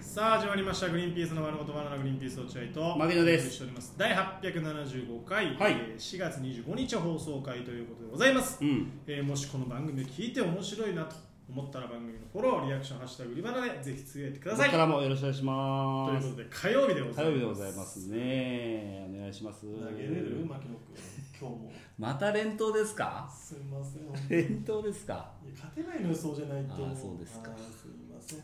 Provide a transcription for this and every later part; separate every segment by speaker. Speaker 1: さあ始まりました「グリーンピースの丸ごとバナナグリーンピース落合」と
Speaker 2: 牧野です
Speaker 1: お送りしております第875回、
Speaker 2: はい
Speaker 1: えー4月25日放送回ということでございます、
Speaker 2: うん、
Speaker 1: えーもしこの番組を聞いて面白いなと思ったら番組のフォローリアクション「ハッシュタググリバナ」でぜひつぶやいてくださいとい
Speaker 2: か
Speaker 1: う
Speaker 2: らもよろしくお願いしま
Speaker 1: こ
Speaker 2: す
Speaker 1: とで火曜日でござい
Speaker 2: 火
Speaker 1: ます
Speaker 2: 曜日でございますねお願いします
Speaker 1: 投げれる牧野君今日も
Speaker 2: また連投ですか
Speaker 1: すいませんいや
Speaker 2: 連投ですか
Speaker 1: 勝てないの予想じゃないと
Speaker 2: あーそうですか
Speaker 1: あーすいません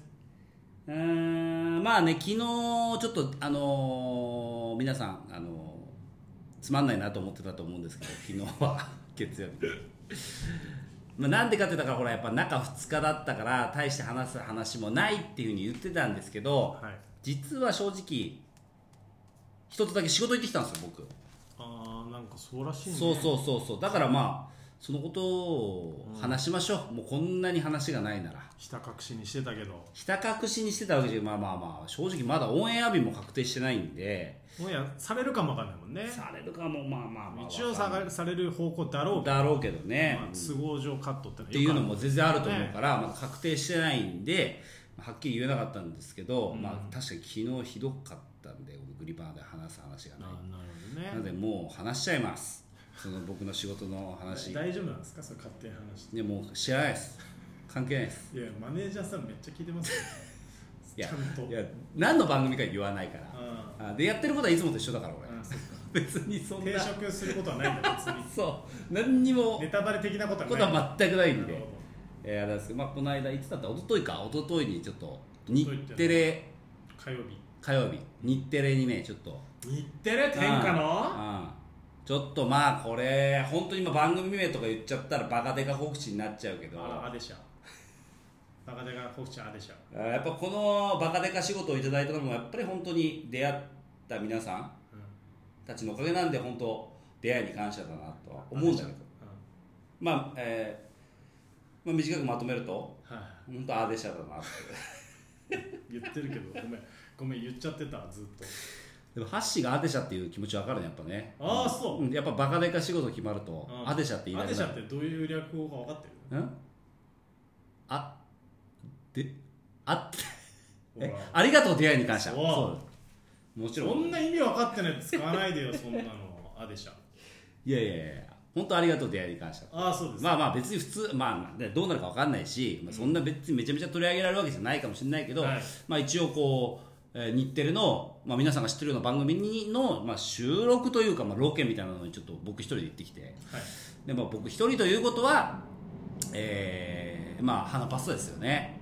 Speaker 2: うーんまあね昨日ちょっとあのー皆さん、あのーつまんないなと思ってたと思うんですけど 昨日は月曜日まあなんでかって言ったからほらやっぱ中2日だったから大して話す話もないっていうふうに言ってたんですけど
Speaker 1: はい
Speaker 2: 実は正直一つだけ仕事行ってきたんですよ僕
Speaker 1: ああなんかそうらしいね
Speaker 2: そうそうそうそうだからまあそのことを話しましょう、もうこんなに話がないなら
Speaker 1: ひた隠しにしてたけど
Speaker 2: ひた隠しにしてたわけじゃまあまあまあ正直まだオンエア日も確定してないんで
Speaker 1: もうやされるかもわかんないもんね
Speaker 2: されるかもまあまあまあ
Speaker 1: 一応さ
Speaker 2: わかん
Speaker 1: がされる方向だろうけど
Speaker 2: だろうけどね、
Speaker 1: まあ
Speaker 2: うん
Speaker 1: 都合上カットって
Speaker 2: っていうの
Speaker 1: よく
Speaker 2: も全然あると思うから、まだ確定してないんでまあはっきり言えなかったんですけど、
Speaker 1: うん
Speaker 2: まあ確かに昨日ひどかったんで僕グリバーで話す話が
Speaker 1: ある
Speaker 2: な
Speaker 1: ないる
Speaker 2: な
Speaker 1: ほ
Speaker 2: の
Speaker 1: どね
Speaker 2: でもう話しちゃいますその僕の仕事の話
Speaker 1: 大丈夫なんですかそれ勝手に話して
Speaker 2: でもう知らないです関係ないです
Speaker 1: いやマネージャーさんめっちゃ聞いてますよ
Speaker 2: いや
Speaker 1: ちゃんと
Speaker 2: いや何の番組か言わないから
Speaker 1: あ
Speaker 2: あでやってることはいつもと一緒だから
Speaker 1: あ
Speaker 2: 俺
Speaker 1: ああそっか
Speaker 2: 別にそんな
Speaker 1: 定職することはないんだ別に
Speaker 2: そう何にも
Speaker 1: ネタバレ的なことはない
Speaker 2: ことは全くないん
Speaker 1: な
Speaker 2: で
Speaker 1: るほど
Speaker 2: えー、あれなんですけど、まあ、この間いつだった一昨日か一昨日にちょっと
Speaker 1: 一
Speaker 2: 日
Speaker 1: 昨日って
Speaker 2: テレ
Speaker 1: 火曜日
Speaker 2: 火曜日日テレにねちょっと
Speaker 1: 日テレ天下
Speaker 2: うん
Speaker 1: の
Speaker 2: うんちょっとまあこれ本当に今番組名とか言っちゃったらバカデカ告知になっちゃうけど
Speaker 1: あらアデシャバカデカ告知アデシャ
Speaker 2: あーやっぱこのバカデカ仕事をいただいたのもやっぱり本当に出会った皆さんたちのおかげなんで本当出会いに感謝だなとは思うんだけど
Speaker 1: う
Speaker 2: まあ、えーまあ、短くまとめると
Speaker 1: んはい
Speaker 2: 本当アデシャだなって
Speaker 1: 言ってるけどごめんごめん言っちゃってたずっと
Speaker 2: でもハッシーがアデシャっていう気持ちわかるねやっぱね
Speaker 1: ああそう
Speaker 2: うんやっぱバカデカ仕事決まると
Speaker 1: うん
Speaker 2: アデシャって言
Speaker 1: ア
Speaker 2: いた
Speaker 1: デ
Speaker 2: く
Speaker 1: シ
Speaker 2: な
Speaker 1: ャっ
Speaker 2: る
Speaker 1: てどういう略語か分かってる
Speaker 2: うんあであって
Speaker 1: ほ
Speaker 2: え
Speaker 1: ら
Speaker 2: ありがとう出会いに感謝
Speaker 1: そう
Speaker 2: そうもちろ
Speaker 1: そ
Speaker 2: ん
Speaker 1: んな意味分かってないやつ使わないで よそんなのアデシャ
Speaker 2: いやいやいや本当ありがとう出会いに感謝
Speaker 1: ああそうです
Speaker 2: まあまあ別に普通まあねどうなるかわかんないし、まあ、そんな別にめちゃめちゃ取り上げられるわけじゃないかもしれないけど、
Speaker 1: はい
Speaker 2: まあ一応こうえー日テレの、まあ、皆さんが知ってるような番組にの、まあ、収録というか、まあ、ロケみたいなのにちょっと僕一人で行ってきて、
Speaker 1: はい
Speaker 2: でも僕一人ということは、えーまあ花パスタですよね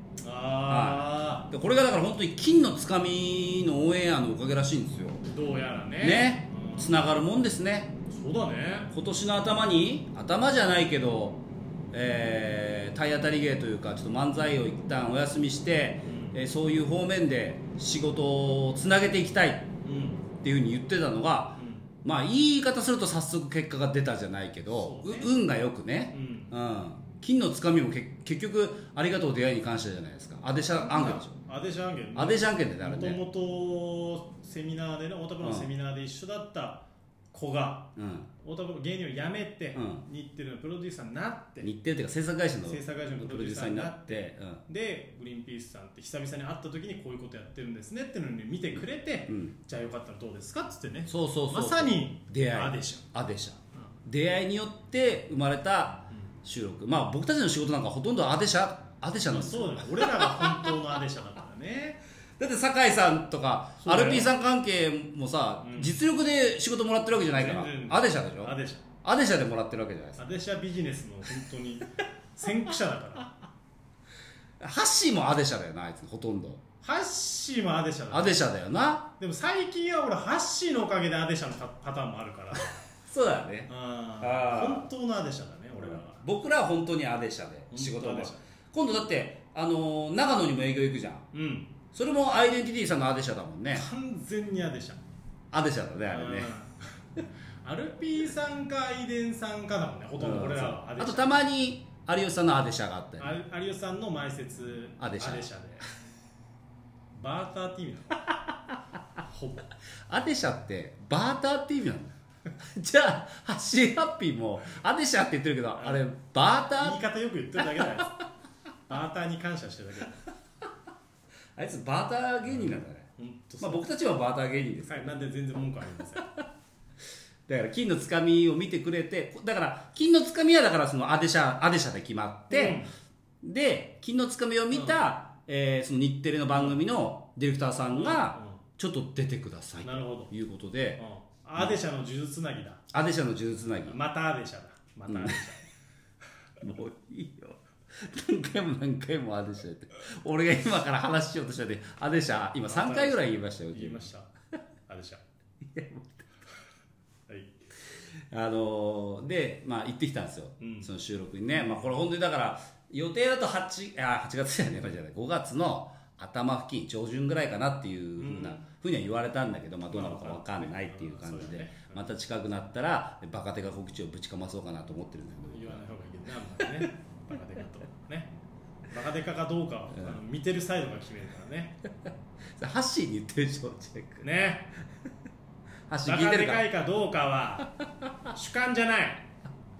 Speaker 1: あ
Speaker 2: でこれがだから本当に金のつかみのオンエアのおかげらしいんですよ
Speaker 1: あどうやらね
Speaker 2: ね
Speaker 1: うん
Speaker 2: つながるもんですね
Speaker 1: そうだね
Speaker 2: 今年の頭に頭じゃないけど、えー体当たり芸というかちょっと漫才を一旦お休みして、えーそういう方面で仕事をつなげていきたいっ
Speaker 1: うん
Speaker 2: ていうふうに言ってたのが
Speaker 1: う
Speaker 2: まあいい言い方すると早速結果が出たじゃないけど、
Speaker 1: そうね
Speaker 2: う運がよくね、
Speaker 1: んうん
Speaker 2: うん、金のつかみもけ結局ありがとう出会いに関してじゃないですかアデシャ案件でしょ
Speaker 1: アデシャアンゲン
Speaker 2: アデシャ案件でねあれ
Speaker 1: もと
Speaker 2: ね、
Speaker 1: もとセミナーでね太田プロのセミナーで一緒だった子が
Speaker 2: うん、
Speaker 1: 太田プロ芸人を辞めて
Speaker 2: う
Speaker 1: 日テレのプロデューサーになって
Speaker 2: 日程っていうか制作会社の
Speaker 1: 制作会社の
Speaker 2: プロデューサーになって、
Speaker 1: でグリーンピースさんって久々に会った時にこういうことやってるんですねってのに見てくれて、
Speaker 2: うんうん、
Speaker 1: じゃあよかったらどうですかっつってね
Speaker 2: そうそうそ
Speaker 1: ま
Speaker 2: う
Speaker 1: さに
Speaker 2: 出
Speaker 1: ア
Speaker 2: 会い
Speaker 1: デシャ
Speaker 2: アデシャ出会いによって生まれた収録まあ僕たちの仕事なんかほとんどアデシャアデシャなんですよ
Speaker 1: そうだね俺らが本当のアデシャだからね
Speaker 2: だって酒井さんとか
Speaker 1: そう
Speaker 2: ア
Speaker 1: だよ
Speaker 2: ルピーさん関係もさ、
Speaker 1: うん
Speaker 2: 実力で仕事もらってるわけじゃないから
Speaker 1: 全然
Speaker 2: アデシャでしょ
Speaker 1: アデシ
Speaker 2: アデシャでもらってるわけじゃないです
Speaker 1: ャアデシャビジネスの本当に先駆者だから
Speaker 2: かハッシーもアデシャだよなあいつほとんど
Speaker 1: ハッシーもアデシャだ
Speaker 2: アデシャだよな
Speaker 1: でも最近は俺ハッシーのおかげでアデシャのパパターンもある から
Speaker 2: そうだね
Speaker 1: あー
Speaker 2: あー
Speaker 1: 本当のアデシャだね俺らは
Speaker 2: 僕らは本当にアデシャで仕事
Speaker 1: 本当
Speaker 2: を
Speaker 1: アデシャ
Speaker 2: 今度だって、あのー長野にも営業行くじゃん
Speaker 1: うん
Speaker 2: それもアイデンティティさんのアデシャだもんね
Speaker 1: 完全にアデシャ
Speaker 2: アデシャだねあれね
Speaker 1: うんアルピーさんかアイデンさんかだもんねほとんど俺らはアデ
Speaker 2: あ
Speaker 1: シ
Speaker 2: と
Speaker 1: ャ
Speaker 2: たまに有吉さんのアデシャがあったり、ね、
Speaker 1: あ有吉さんの前説
Speaker 2: アデシャ
Speaker 1: でバーターって意味なのほぼ
Speaker 2: アデシャってバーターって意味なんだ じゃあハッシーハッピーもアデシャって言ってるけどあれバータ
Speaker 1: 言い
Speaker 2: ー
Speaker 1: 方よく言ってるだけだよバーターに感謝してるだけだよ
Speaker 2: あいつバーター芸人なんだね、
Speaker 1: 本当
Speaker 2: ま
Speaker 1: そ
Speaker 2: あ、
Speaker 1: う、
Speaker 2: 僕たちはバーター芸人です
Speaker 1: はい、なんで全然文句ありません
Speaker 2: だから金のつかみを見てくれてだから金のつかみはだからそのアデシャアデシャで決まって、で金のつかみを見た、えーその日テレの番組のディレクターさんが、ちょっと出てくださ
Speaker 1: う
Speaker 2: い
Speaker 1: んなるほど、
Speaker 2: ということ
Speaker 1: うん
Speaker 2: で、
Speaker 1: アデシャの呪術つなぎだ
Speaker 2: アデシャの呪術つなぎ
Speaker 1: またアデシャだまたアデシ
Speaker 2: もういいよ何回も何回もアデシャって俺が今から話しようとしたでアデシャ今3回ぐらい言いましたよ
Speaker 1: ャ言いましたアデシャはい
Speaker 2: あのーで、まあ、行ってきたんですよ、
Speaker 1: うん
Speaker 2: その収録にね、まあ、これ本当にだから予定だと 8, あ8月じゃねえじゃない5月の頭付近上旬ぐらいかなっていうふうな、ふうには言われたんだけど、まあ、どうなのか分かんないっていう感
Speaker 1: そ
Speaker 2: じ
Speaker 1: うだ
Speaker 2: で、
Speaker 1: ね
Speaker 2: また近くなったらバカデカ告知をぶちかまそうかなと思ってるんだけど
Speaker 1: 言わない方がいいけどねあんまりねバカデカとねバカデカかどうかは、あの見てるサイドが決めるからね
Speaker 2: それハッシーに言ってるでしょチェック
Speaker 1: ね
Speaker 2: ハッシー
Speaker 1: バ
Speaker 2: 聞い
Speaker 1: カ
Speaker 2: て
Speaker 1: で
Speaker 2: るか
Speaker 1: かいかどうかは主観じゃない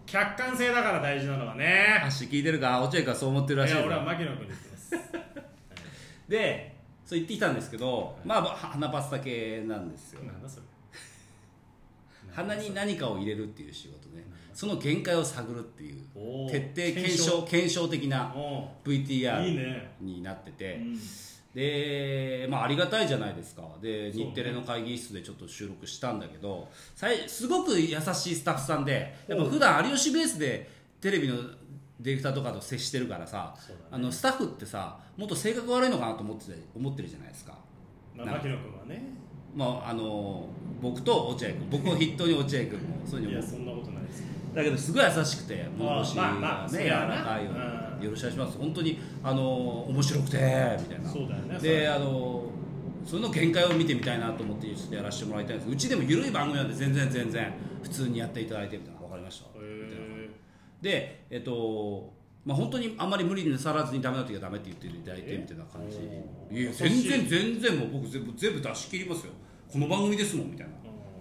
Speaker 1: 客観性だから大事なのはね
Speaker 2: ハッシー聞いてるか落合君はそう思ってるら
Speaker 1: い
Speaker 2: しい
Speaker 1: や
Speaker 2: です
Speaker 1: 俺は
Speaker 2: よ
Speaker 1: 牧野君に言ってます
Speaker 2: でそう言ってきたんですけど、
Speaker 1: い
Speaker 2: まあ花パスタ系なんですよ
Speaker 1: なんだそれ
Speaker 2: 鼻に何かを入れるっていう仕事ね
Speaker 1: なんだ
Speaker 2: その限界を探るっていう
Speaker 1: おー
Speaker 2: 徹底検証検証的な
Speaker 1: お
Speaker 2: VTR
Speaker 1: いいね
Speaker 2: になって
Speaker 1: ー
Speaker 2: て
Speaker 1: うん
Speaker 2: で、まあ、ありがたいじゃないですかで
Speaker 1: そうね
Speaker 2: 日テレの会議室でちょっと収録したんだけどさいすごく優しいスタッフさんでやっぱ普段有吉ベースでテレビのディレクターとかと接してるからさ、
Speaker 1: そうだね
Speaker 2: あのスタッフってさもっと性格悪いのかなと思ってて思ってるじゃないですか。
Speaker 1: まあ牧野君はね
Speaker 2: まあ、あの僕と落合君僕を筆頭に落合君 もそういうふ
Speaker 1: い
Speaker 2: うに
Speaker 1: や
Speaker 2: 思って
Speaker 1: そんなことないですよ
Speaker 2: だけどすごい優しくて物腰
Speaker 1: まあま
Speaker 2: が
Speaker 1: あ
Speaker 2: ね
Speaker 1: そ
Speaker 2: 柔
Speaker 1: りゃな
Speaker 2: らかいよう
Speaker 1: うん
Speaker 2: によろしくお願いします本当にあの面白くてみたいな
Speaker 1: そうだよね
Speaker 2: であのその限界を見てみたいなと思ってちょっとやらせてもらいたいんですうちでも緩い番組なんで全然全然普通にやっていただいてみたいな分かりました
Speaker 1: へ
Speaker 2: みたいな
Speaker 1: ー
Speaker 2: でえっとまあ本当にあんまり無理になさらずにダメだときはダメって言っていただいてみたいな感じ
Speaker 1: え
Speaker 2: いや
Speaker 1: 優し
Speaker 2: 全
Speaker 1: い
Speaker 2: 然全然もう僕全部全部出し切りますよこの番組ですもんみたいな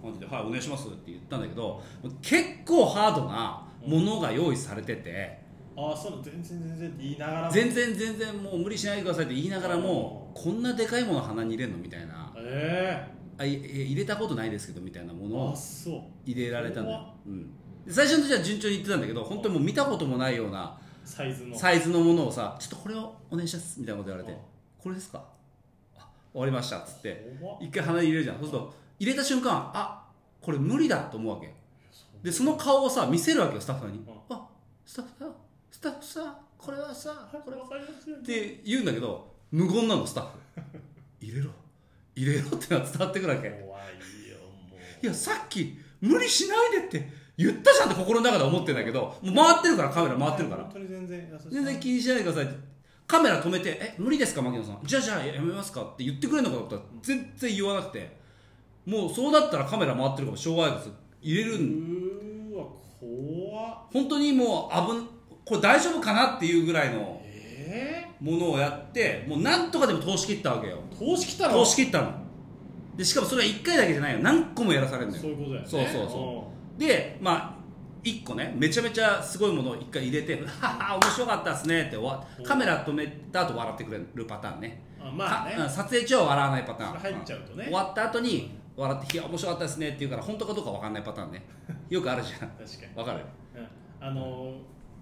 Speaker 1: うん
Speaker 2: 感じで「はいお願いします」って言ったんだけど結構ハードなものが用意されてて
Speaker 1: ああそう全然全然言いながらも
Speaker 2: 全然全然もう無理しないでくださいって言いながらもこんなでかいもの鼻に入れんのみたいな
Speaker 1: え
Speaker 2: あいえ入れたことないですけどみたいなも
Speaker 1: え
Speaker 2: の
Speaker 1: あ
Speaker 2: を
Speaker 1: そ
Speaker 2: 入れられたんだ
Speaker 1: う
Speaker 2: よ
Speaker 1: わ、
Speaker 2: うん、で最初の時は順調にいってたんだけど本当にもう見たこともないような
Speaker 1: うサイズの
Speaker 2: サイズのものをさ「ちょっとこれをお願いします」みたいなこと言われて
Speaker 1: うん
Speaker 2: 「これですか?」あ「終わりました」っつって
Speaker 1: 怖っ
Speaker 2: 一回鼻に入れるじゃんそうすると入れた瞬間「あこれ無理だ」と思うわけでその顔をさ見せるわけよスタッフさんに「あスタッフさんスタッフさんこれはさこれは
Speaker 1: わかりますよね
Speaker 2: って言うんだけど無言なのスタッ フ入れろ入れろってのは伝わってくるわけ
Speaker 1: 怖いよも
Speaker 2: いやさっき無理しないでって言ったじゃんって心の中で思ってんだけどもう回ってるからカメラ
Speaker 1: う
Speaker 2: 回ってるか
Speaker 1: 本
Speaker 2: ら
Speaker 1: 当に全然優しい
Speaker 2: 全然気にしないでくださいってカメラ止めて「え無理ですか牧野さんじゃあじゃあやめますか」って言ってくれるのかと思ったら全然言わなくてもうそうだったらカメラ回ってるからしょうがないです入れる
Speaker 1: うんーわ怖っ
Speaker 2: 本当にもう危んこれ大丈夫かなっていうぐらいの
Speaker 1: え
Speaker 2: ものをやってもうなんとかでも通し切ったわけよ
Speaker 1: え投資来たら
Speaker 2: 通し切ったのでしかもそれは1回だけじゃないよ何個もやらされるのよ
Speaker 1: そういうことだよね
Speaker 2: そうそうそでまあ1個ねめちゃめちゃすごいものを1回入れて「はは面白かったですね」って終わ
Speaker 1: うん
Speaker 2: カメラ止めた後笑ってくれるパターンね,
Speaker 1: うんあ
Speaker 2: か、
Speaker 1: まあね
Speaker 2: うん撮影中は笑わないパターン
Speaker 1: それ入っちゃうとね
Speaker 2: ん終わった後に笑って「いや面白かったですね」って言うから本当かどうか分かんないパターンねよくあるじゃん
Speaker 1: 確かに
Speaker 2: 分 かる
Speaker 1: うんあのー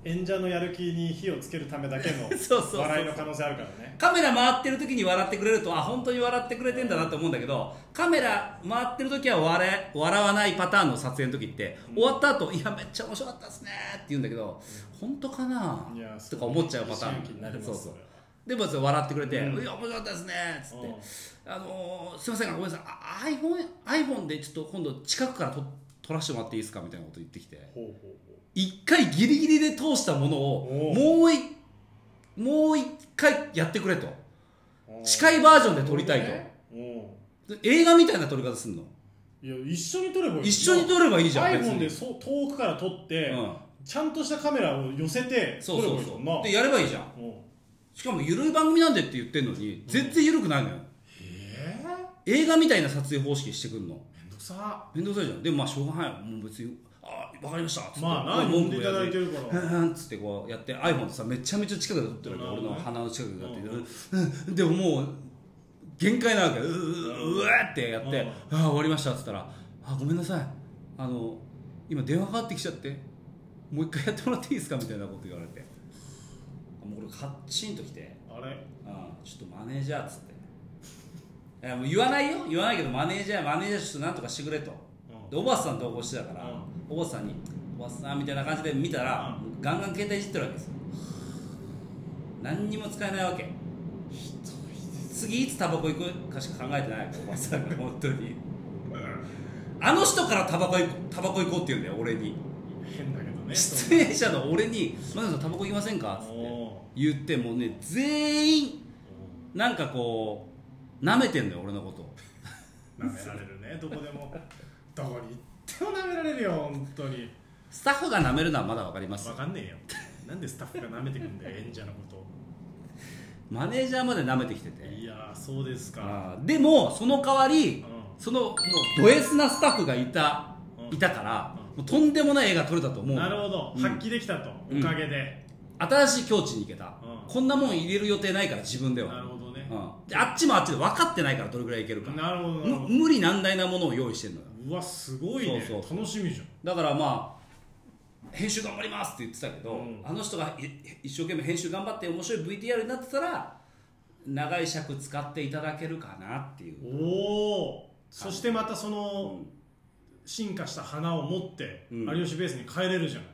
Speaker 1: 演者のやる気に火をつけるためだけの
Speaker 2: そうそうそう
Speaker 1: 笑いの可能性あるからね
Speaker 2: カメラ回ってる時に笑ってくれるとあ本当に笑ってくれてんだなと思うんだけどカメラ回ってる時は笑え笑わないパターンの撮影の時って、終わった後いやめっちゃ面白かったっすね」って言うんだけど「本当かない
Speaker 1: や
Speaker 2: とか思っちゃうパタ
Speaker 1: 思春期になり
Speaker 2: ーン
Speaker 1: ます
Speaker 2: そうそう
Speaker 1: それは
Speaker 2: でもそれ笑ってくれて「
Speaker 1: うん
Speaker 2: いや面白かったですね」っつって
Speaker 1: うん
Speaker 2: 「あのーすいませんがごめんなさいあ iPhone, iPhone でちょっと今度近くからと撮らせてもらっていいですか」みたいなこと言ってきて
Speaker 1: ほうほうほ
Speaker 2: 一回ギリギリで通したものを
Speaker 1: お
Speaker 2: もう一もう一回やってくれと
Speaker 1: う
Speaker 2: 近
Speaker 1: い
Speaker 2: いバージョンで撮りたいと、映画みたいな撮り方すんの
Speaker 1: いや一緒に撮ればいい
Speaker 2: 一緒に撮ればいいじゃん
Speaker 1: iPhone で
Speaker 2: 別に
Speaker 1: そう遠くから撮って、
Speaker 2: うん
Speaker 1: ちゃんとしたカメラを寄せて
Speaker 2: そうそう
Speaker 1: 撮
Speaker 2: そ
Speaker 1: ればいいもん
Speaker 2: う
Speaker 1: な
Speaker 2: でやればいいじゃん
Speaker 1: うん
Speaker 2: しかも緩い番組なんでって言ってんのに全然緩くないのよ
Speaker 1: ええ
Speaker 2: 映画みたいな撮影方式してくんの
Speaker 1: めんどくさ
Speaker 2: 面倒くさいじゃんでもまあしょうがないもう別にああ分かりましたっつって
Speaker 1: まあな
Speaker 2: 文
Speaker 1: 呼ん
Speaker 2: 句
Speaker 1: で
Speaker 2: を
Speaker 1: いただいて
Speaker 2: や
Speaker 1: るか
Speaker 2: ふ
Speaker 1: ら
Speaker 2: んふんっつってこうやって iPhone ってさめちゃめちゃ近くで撮ってるわけ
Speaker 1: なる
Speaker 2: 俺
Speaker 1: ほどね
Speaker 2: の鼻の近くでやって
Speaker 1: う
Speaker 2: うんでももう限界なわけううううわーってやって
Speaker 1: うん
Speaker 2: 「ああ終わりました」っつったら「あごめんなさいあの今電話かかってきちゃってもう一回やってもらっていいですか」みたいなこと言われてもう俺カッチンときて
Speaker 1: あれ
Speaker 2: ああちょっとマネージャーっつっていやもう言わないよ言わないけどマネージャーマネージャーちょっとなんとかしてくれと
Speaker 1: うん
Speaker 2: でおばあさん投稿してたから、おばあさんに「おばあさん」みたいな感じで見たら、ガンガン携帯いじってるわけですよ何にも使えないわけ次いつタバコ行くかしか考えてないわけおばあさんが本当にあの人からタバコ行こうタバコ行こうって言うんだよ俺に
Speaker 1: 変だけどね
Speaker 2: 出演者の俺に「マナさんタバコ行きませんか?」っつって
Speaker 1: お
Speaker 2: 言ってもうね全員なんかこう舐めてんだよ俺のことを
Speaker 1: ー舐められるねどこでもどこに行っても舐められるよ本当に
Speaker 2: スタッフが舐めるのはまだ分かります
Speaker 1: わかんねえよなんでスタッフが舐めてくんだよ演者のこと
Speaker 2: マネージャーまで舐めてきてて
Speaker 1: いやーそうですか
Speaker 2: あーでもその代わり
Speaker 1: う
Speaker 2: そのもうド S なスタッフがいた
Speaker 1: うん
Speaker 2: いたからもうとんでもない映画撮れたと思うんの
Speaker 1: なるほど、
Speaker 2: うん
Speaker 1: 発揮できたと
Speaker 2: うん
Speaker 1: おかげで、
Speaker 2: 新しい境地に行けた、
Speaker 1: うん
Speaker 2: こんなもん入れる予定ないから自分では
Speaker 1: なるほどね
Speaker 2: うん、であっちもあっちで分かってないからどれぐらいいけるか
Speaker 1: なるほどなるほ
Speaker 2: む無理難題なものを用意してるのよ
Speaker 1: どうわすごいね
Speaker 2: そうそうそう
Speaker 1: 楽しみじゃん
Speaker 2: だからまあ編集頑張りますって言ってたけど、
Speaker 1: うん
Speaker 2: あの人がい一生懸命編集頑張って面白い VTR になってたら長い尺使っていただけるかなっていう、
Speaker 1: おおそしてまたその、
Speaker 2: うん
Speaker 1: 進化した花を持って、
Speaker 2: うん
Speaker 1: 有吉ベースに帰れるじゃない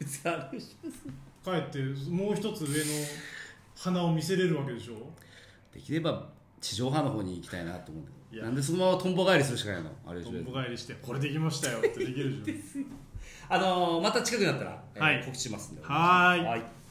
Speaker 2: 別にあれ
Speaker 1: 帰ってもう一つ上の花を見せれるわけでしょ
Speaker 2: できれば地上波の方に行きたいなと思う
Speaker 1: いや
Speaker 2: なんでそのままトンボ返りするしかないのあれ
Speaker 1: とんぼ返りしてこれできました よってできるじゃん
Speaker 2: あのーまた近くなったら、
Speaker 1: はい
Speaker 2: 告知しますんで
Speaker 1: はーい
Speaker 2: はい